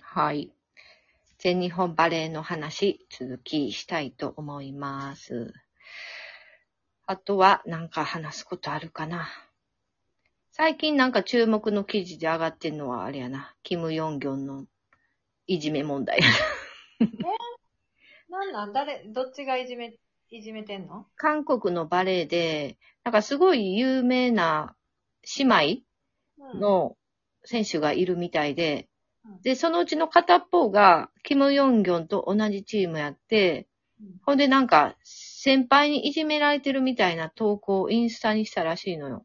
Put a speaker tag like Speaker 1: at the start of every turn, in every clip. Speaker 1: はい。全日本バレーの話、続きしたいと思います。あとは、なんか話すことあるかな。最近なんか注目の記事で上がってんのは、あれやな、キム・ヨンギョンのいじめ問題や
Speaker 2: えなんなん誰、どっちがいじめ、いじめてんの
Speaker 1: 韓国のバレエで、なんかすごい有名な姉妹の選手がいるみたいで、
Speaker 2: うん
Speaker 1: で、そのうちの片っぽが、キム・ヨンギョンと同じチームやって、
Speaker 2: うん
Speaker 1: ほんでなんか、先輩にいじめられてるみたいな投稿をインスタにしたらしいのよ。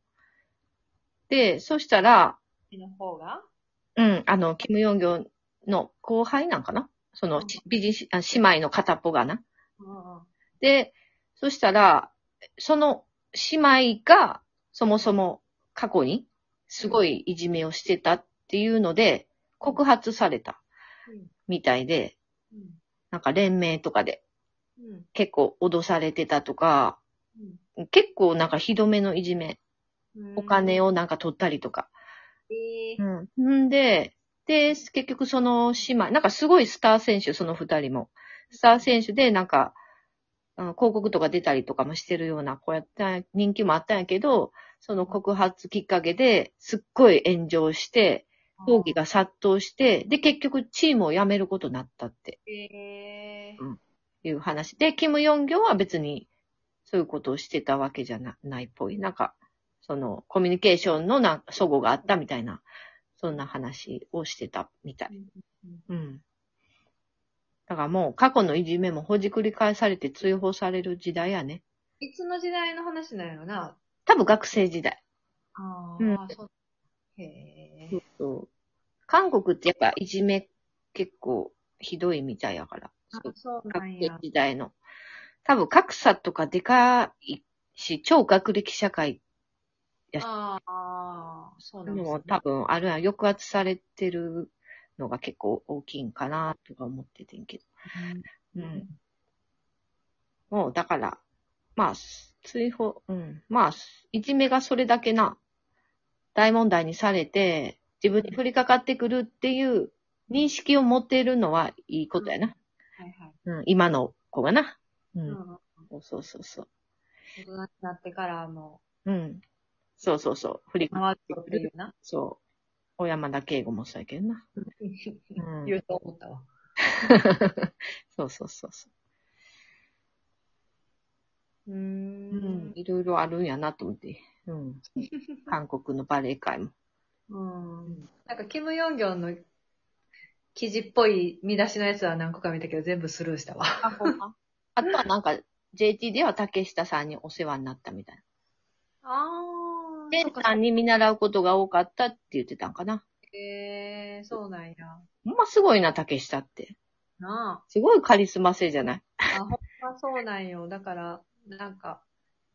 Speaker 1: で、そしたら、
Speaker 2: の方が
Speaker 1: うん、あの、キム・ヨンギョンの後輩なんかなその、ち美人し、あ姉妹の片っぽがな。
Speaker 2: うんうん。
Speaker 1: で、そしたら、その姉妹が、そもそも過去に、すごいいじめをしてたっていうので、告発されたみたいで、
Speaker 2: うん。
Speaker 1: なんか連盟とかで
Speaker 2: うん。
Speaker 1: 結構脅されてたとか、結構なんかひどめのいじめ、
Speaker 2: うん。
Speaker 1: お金
Speaker 2: を。
Speaker 1: をなんか取ったりとか。
Speaker 2: えー
Speaker 1: うん。んで、で、結局その姉妹、なんかすごいスター選手、その二人も。スター選手で、なんか、うん広告とか出たりとかもしてるような、こうやって人気もあったんやけど、その告発きっかけですっごい炎上して、抗議。が殺到して、で、結局チームを辞めることになったって
Speaker 2: え
Speaker 1: うんいう話。で、キム・ヨンギョンは別にそういうことをしてたわけじゃなないっぽい。なんか、そのコミュニケーションのなんか齟齬があったみたいな、そんな話をしてたみたい。うん。だからもう過去のいじめもほじくり返されて追放される時代やね。
Speaker 2: いつの時代の話なんやろな。
Speaker 1: 多分学生時代。
Speaker 2: あ
Speaker 1: うん
Speaker 2: あ、そう。へ
Speaker 1: そ
Speaker 2: え。
Speaker 1: うそう韓国ってやっぱいじめ結構ひどいみたいやから。
Speaker 2: あ
Speaker 1: そう
Speaker 2: そうな
Speaker 1: 学
Speaker 2: ん
Speaker 1: 生
Speaker 2: や。
Speaker 1: 時代の。多分格差とかでかいし、超学歴社会
Speaker 2: ああ、そうなんです
Speaker 1: も
Speaker 2: ね
Speaker 1: 多分あるいは抑圧されてるのが結構大きいんかなとか思っててんけど。うん。もうだから、まあ、追放、うん。まあ、いじめがそれだけな、大問題にされて、自分に降りかかってくるっていう認識を持っているのはいいことやな。
Speaker 2: はいはい。
Speaker 1: うん、今の子がな。う。
Speaker 2: うんん。
Speaker 1: そうそうそう。
Speaker 2: 大人になってからも
Speaker 1: うん。そうそうそう。振り
Speaker 2: う、
Speaker 1: かか
Speaker 2: 回るというな。
Speaker 1: そう。小山田圭吾もそうやけどな。うん
Speaker 2: 言うと思ったわ。
Speaker 1: そうそうそうそう
Speaker 2: ー
Speaker 1: う。うん
Speaker 2: ん。
Speaker 1: いろいろあるんやなと思って。うん。韓国のバレエ界も。
Speaker 2: うん。なんか、キム・ヨンギョンの記事っぽい見出しのやつは何個か見たけど、全部スルーしたわ。
Speaker 1: あ、ほんま。 あとはなんか、JT では竹下さんにお世話になったみたいな。
Speaker 2: あ
Speaker 1: ケンさんに見習うことが多かったって言ってたんかな。
Speaker 2: えー、そうなんや。
Speaker 1: ほんますごいな、竹下って。
Speaker 2: な
Speaker 1: すごいカリスマ性じゃない
Speaker 2: あ。あ、ほんまそうなんよ。だから、なんか、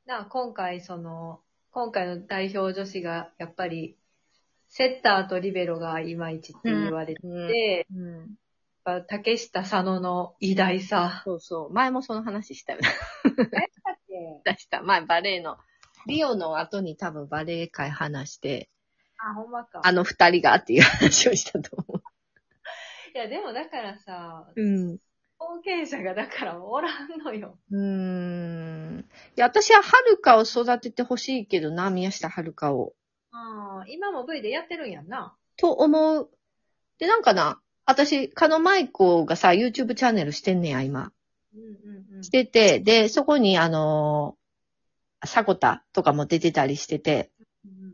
Speaker 2: なあ、今回その、今回の代表女子が、やっぱり、セッターとリベロがいまいちって言われて、
Speaker 1: ううん。
Speaker 2: やっぱ竹下佐野の偉大さ。
Speaker 1: そうそう。前もその話したよね。
Speaker 2: だって
Speaker 1: 出した。前、バレエの。リオの後に多分バレエ界話して、
Speaker 2: あ、ほんまか。
Speaker 1: あの二人がっていう話をしたと思
Speaker 2: いや、でもだからさ、
Speaker 1: う。うん。
Speaker 2: 後継者がだからおらんのよ。
Speaker 1: うーん。いや、私ははるかを育ててほしいけどな、宮下はるかを。
Speaker 2: ああ、今も V でやってるんやんな。
Speaker 1: と思う。で、なんかな、私、狩野舞子がさ、YouTube チャンネルしてんねや、今。
Speaker 2: うんうんうん。
Speaker 1: してて、で、そこに、あのー、迫田とかも出てたりしてて。
Speaker 2: うん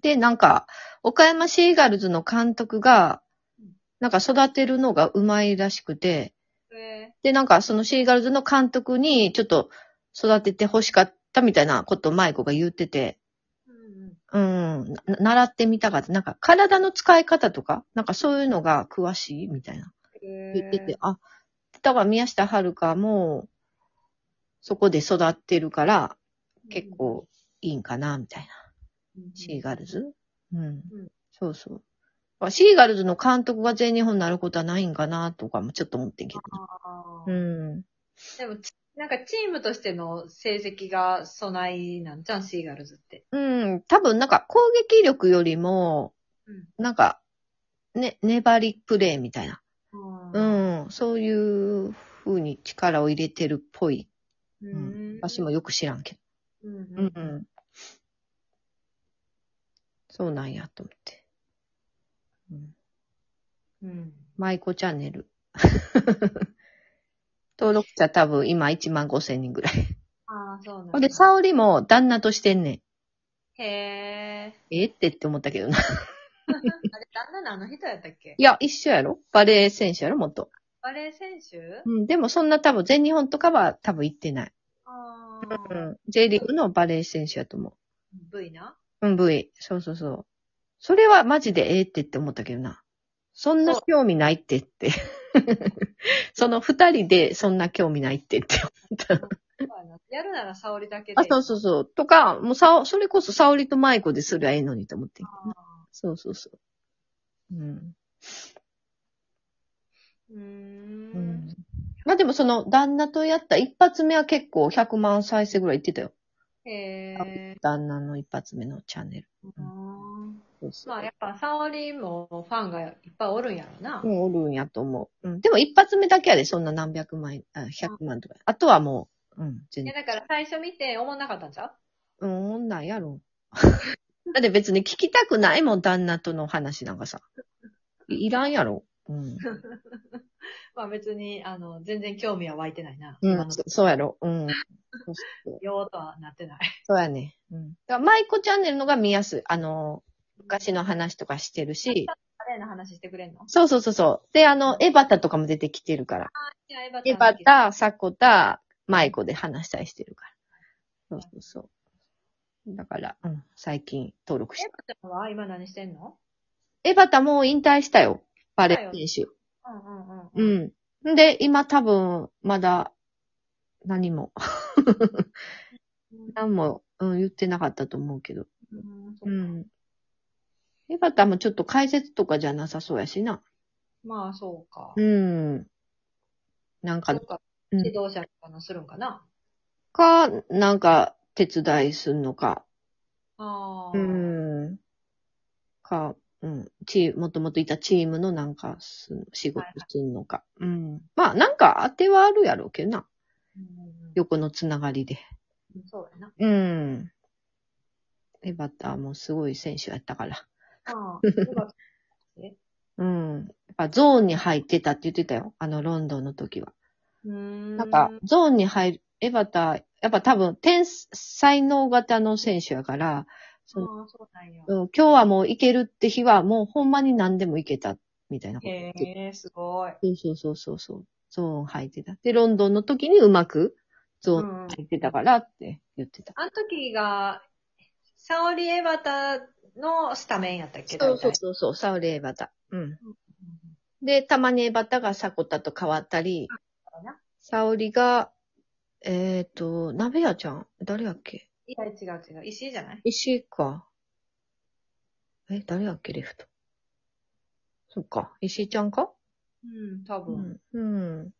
Speaker 1: で、なんか、岡山シーガルズの監督が
Speaker 2: うん、
Speaker 1: なんか育てるのがうまいらしくて、
Speaker 2: うん、え
Speaker 1: で、なんかそのシーガルズの監督にちょっと育てて欲しかったみたいなことを舞子が言ってて、
Speaker 2: ーうんうん。
Speaker 1: うん、な習ってみたかった。なんか体の使い方とか、なんかそういうのが詳しいみたいな。
Speaker 2: えー
Speaker 1: 言ってて、あ、だから宮下遥もそこで育ってるから結、構いいんかな、みたいな。
Speaker 2: うんうん
Speaker 1: シーガルズうん
Speaker 2: うん。
Speaker 1: そうそう。まあシーガルズの監督が全日本になることはないんかな、とかもちょっと思ってんけど
Speaker 2: ああ
Speaker 1: ね。うん。
Speaker 2: でも、ちなんかチームとしての成績が備えなんじゃん、シーガルズって。
Speaker 1: うん、多分なんか攻撃力よりも、
Speaker 2: うん
Speaker 1: なんか、ね、粘りプレイみたいな。そういう風に力を入れてるっぽい。
Speaker 2: うん。
Speaker 1: 私もよく知らんけ
Speaker 2: うん
Speaker 1: ど。
Speaker 2: うん。
Speaker 1: ん。そうなんやと思って。うん。
Speaker 2: うん。
Speaker 1: 舞子チャンネル。 登録者多分今1万5千人ぐらい。
Speaker 2: ああ、そうなんだ
Speaker 1: ほんで、沙織も旦那としてんね
Speaker 2: へ え。
Speaker 1: ん。ええってって思ったけどな。
Speaker 2: あれ、旦那のあの人やったっけ
Speaker 1: いや、一緒やろバレー選手やろ元。
Speaker 2: バレー選手
Speaker 1: うん、でもそんな多分全日本とかは多分行ってない。
Speaker 2: あ
Speaker 1: う
Speaker 2: あ。
Speaker 1: ん。J リーグのバレー選手やと思
Speaker 2: V な
Speaker 1: う。うん、V。そうそうそう。それはマジでええってって思ったけどな。そんな興味ないってって。 その二人でそんな興味ないってって思った。
Speaker 2: そうやなやるなら沙織だけで。
Speaker 1: あ、そうそうそう。とか、もうさお、それこそ沙織と舞子ですりゃええのにと思ってんけどな。そうそうそう。うん。
Speaker 2: うー
Speaker 1: うんん。まあでもその旦那とやった一発目は結構100万再生ぐらいいってたよ。
Speaker 2: へえ。
Speaker 1: 旦那の一発目のチャンネル。
Speaker 2: うん
Speaker 1: そうそう
Speaker 2: まあ、やっぱ沙織もファンがいっぱいおるんやろな。
Speaker 1: うん、おるんやと思う。うん。でも一発目だけやで、そんな何百万、あ100万とか。あとはもう、うん、全
Speaker 2: いや、
Speaker 1: 然。
Speaker 2: だから最初見て思んなかったんちゃう
Speaker 1: うん、女やろ。 だって別に聞きたくないもん、旦那との話なんかさ。いいらんやろ。うん。
Speaker 2: まあ別に、あの、全然興味は湧いてないな。
Speaker 1: う
Speaker 2: 今
Speaker 1: ん、
Speaker 2: の
Speaker 1: そそうやろ。うん。そうそう
Speaker 2: ようとはなってない。
Speaker 1: そうやね。うん。だから、舞子チャンネルのが見やすい。あの、昔の話とかしてるし。
Speaker 2: カレーの話してくれんの
Speaker 1: そうそうそうそう。で、あの、エバタとかも出てきてるから。
Speaker 2: じゃあエバ
Speaker 1: エバタ、サコタ、マイコで話したりしてるから。そうそうそう。だから、うん、最近登録し
Speaker 2: エ
Speaker 1: た。
Speaker 2: バタは今何してんの
Speaker 1: エバタもう引退したよ。バレー選
Speaker 2: うんうん
Speaker 1: 手。
Speaker 2: うん。
Speaker 1: うん。んで、今多分、まだ、何も、
Speaker 2: うん。
Speaker 1: 何も、うん、言ってなかったと思うけど。
Speaker 2: うんそうっか
Speaker 1: ん。エバタもちょっと解説とかじゃなさそうやしな。
Speaker 2: まあ、そうか。
Speaker 1: うん。なん
Speaker 2: そ
Speaker 1: か
Speaker 2: う、か。
Speaker 1: うん
Speaker 2: 指導者みたいなのするんかな。
Speaker 1: か、なんか、手伝いすんのか、
Speaker 2: あ
Speaker 1: う。
Speaker 2: あ。
Speaker 1: ん。か、うん。チーもともといたチームのなんかすん、仕事
Speaker 2: はいは
Speaker 1: すんのか。うん。まあ、なんか当てはあるやろうけどな。
Speaker 2: よ
Speaker 1: 横のつながりで。
Speaker 2: そうやな。
Speaker 1: うん。エバターもすごい選手やったから。
Speaker 2: あ あ。よかった
Speaker 1: うん。やっぱゾーンに入ってたって言ってたよ。あの、ロンドンの時は。
Speaker 2: うーん。
Speaker 1: なんか、ゾーンに入る、エバター、やっぱ多分、天才能型の選手やから、
Speaker 2: あ
Speaker 1: その
Speaker 2: あ、そうなんや。
Speaker 1: うん、今日はもう行けるって日は、もうほんまに何でも行けた、みたいなこと言
Speaker 2: へ
Speaker 1: ってた
Speaker 2: え、すごい。
Speaker 1: そうそうそうそうそう。ゾーン入ってた。で、ロンドンの時にうまくゾーン入ってたからって言ってた。
Speaker 2: あの時が、サオリエバタのスタメンやったっ
Speaker 1: そ
Speaker 2: け
Speaker 1: うそう
Speaker 2: 大体
Speaker 1: そうそう、サウレーバタ。うん。で、たまにエバタがサコタと変わったり、
Speaker 2: そうやな
Speaker 1: サオリが、えっ、ー、と、鍋屋ちゃん誰やっけ
Speaker 2: いや、違う違う。石井じゃない
Speaker 1: 石井か。え、誰やっけレフト。そっか、石井ちゃんか
Speaker 2: うん、多
Speaker 1: う
Speaker 2: 分。
Speaker 1: ん。うん。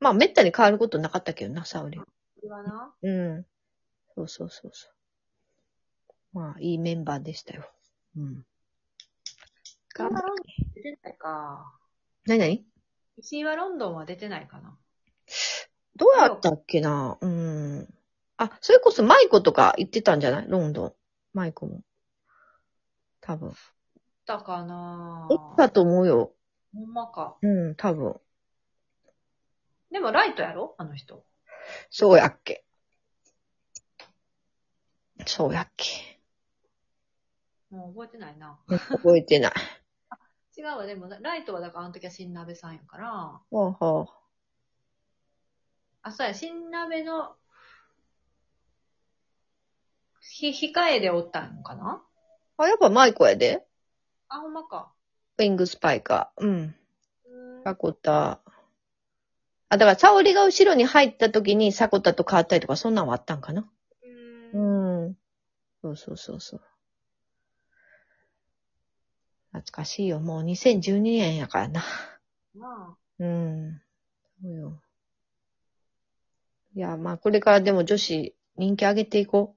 Speaker 1: まあ、めったに変わることなかったけどな、サオリは。
Speaker 2: それはな。
Speaker 1: うん。そうそうそうそう。まあ、いいメンバーでしたよ。うん。
Speaker 2: 石井はロンドン出てないか。
Speaker 1: なになに
Speaker 2: 石井はロンドンは出てないかな。
Speaker 1: どうやったっけなうん。あ、それこそマイコとか行ってたんじゃないロンドン。マイコも。多分。
Speaker 2: だかな
Speaker 1: 行ったと思うよ。
Speaker 2: ほんまか。
Speaker 1: うん、多分。
Speaker 2: でもライトやろあの人。
Speaker 1: そうやっけ。そうやっけ。
Speaker 2: もう覚えてないな。
Speaker 1: 覚えてない。
Speaker 2: 違うわ、でも、ライトはだからあの時は新鍋さんやから。
Speaker 1: ほうほう。
Speaker 2: あ、そうや、新鍋の、ひ、控えでおったんかな
Speaker 1: あ、やっぱマイコやで。
Speaker 2: あ、ほんまか。
Speaker 1: ウィングスパイカー。うん。
Speaker 2: うー
Speaker 1: サ
Speaker 2: ん
Speaker 1: コタ。あ、だから、沙織が後ろに入った時に、サコタと変わったりとか、そんなんはあったんかな。
Speaker 2: うーん。
Speaker 1: ん。そうそうそうそう。懐かしいよ。もう2012年やからな。
Speaker 2: まあ、
Speaker 1: うん。そうよ。いや、まあ、これからでも女子、人気上げていこう。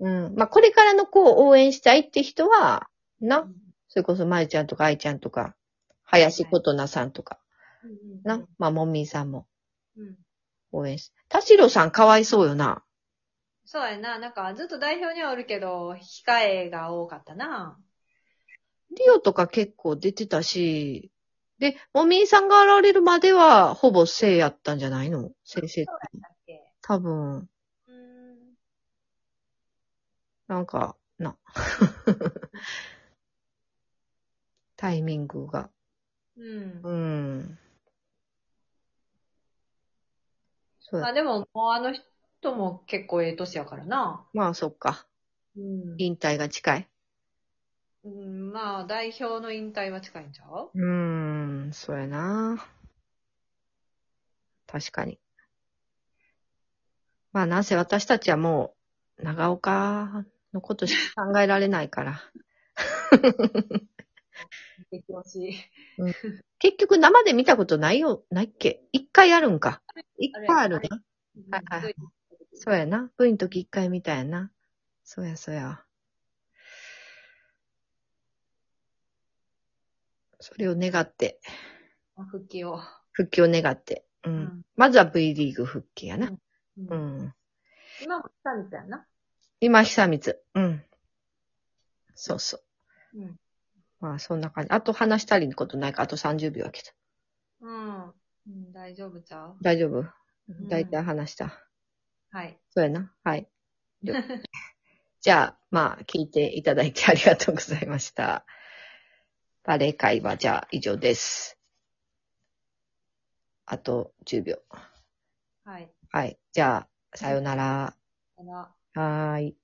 Speaker 1: うん。まあ、これからの子を応援したいって人は、な、それこそ、まゆちゃんとか、あいちゃんとか、林琴奈さんとか、
Speaker 2: うん
Speaker 1: な。まあ、もんみんさんも
Speaker 2: うん。
Speaker 1: 応援し。田代さんかわいそうよな。
Speaker 2: そうやな。なんか、ずっと代表にはおるけど、控えが多かったな。
Speaker 1: リオとか結構出てたし、で、もみんさんが現れるまでは、ほぼ生やったんじゃないの先生。
Speaker 2: だっけ
Speaker 1: 多分、
Speaker 2: うーん。
Speaker 1: なんか、な。 タイミングが。
Speaker 2: うん。
Speaker 1: うん。そうだ。
Speaker 2: まあでも、もうあの人も結構ええ年やからな。
Speaker 1: まあ、そっか。
Speaker 2: うん。
Speaker 1: 引退が近い。
Speaker 2: うん、まあ、代表の引退は近いんちゃう
Speaker 1: うーん、そうやな。確かに。まあ、なんせ私たちはもう、長岡のことしか考えられないから。
Speaker 2: 激推し。
Speaker 1: 結局生で見たことないよ、ないっけ一回あるんか。一回あるな。はい はいはいそうやな。V の時一回見たやな。そうやそうや。それを願って、
Speaker 2: 復帰を。
Speaker 1: 復帰を願って。う。
Speaker 2: うん
Speaker 1: まずは V リーグ復帰やな。
Speaker 2: ん
Speaker 1: う
Speaker 2: うん
Speaker 1: ん。
Speaker 2: 今も来たみたいやな。
Speaker 1: 今、久光。うん。そうそ
Speaker 2: うん。
Speaker 1: う。まあ、そんな感じ。あと話したりのことないか、あと30秒やけど。
Speaker 2: うん。うん、大丈夫ちゃう
Speaker 1: 大丈夫
Speaker 2: ん
Speaker 1: 大体話した。
Speaker 2: はい。
Speaker 1: そうやな。はい。了解 じゃあ、まあ、聞いていただいてありがとうございました。バレエ会は、じゃあ、以上です。あと10秒。
Speaker 2: はい。
Speaker 1: はい。じゃあ、さようなら。
Speaker 2: かな
Speaker 1: はーい。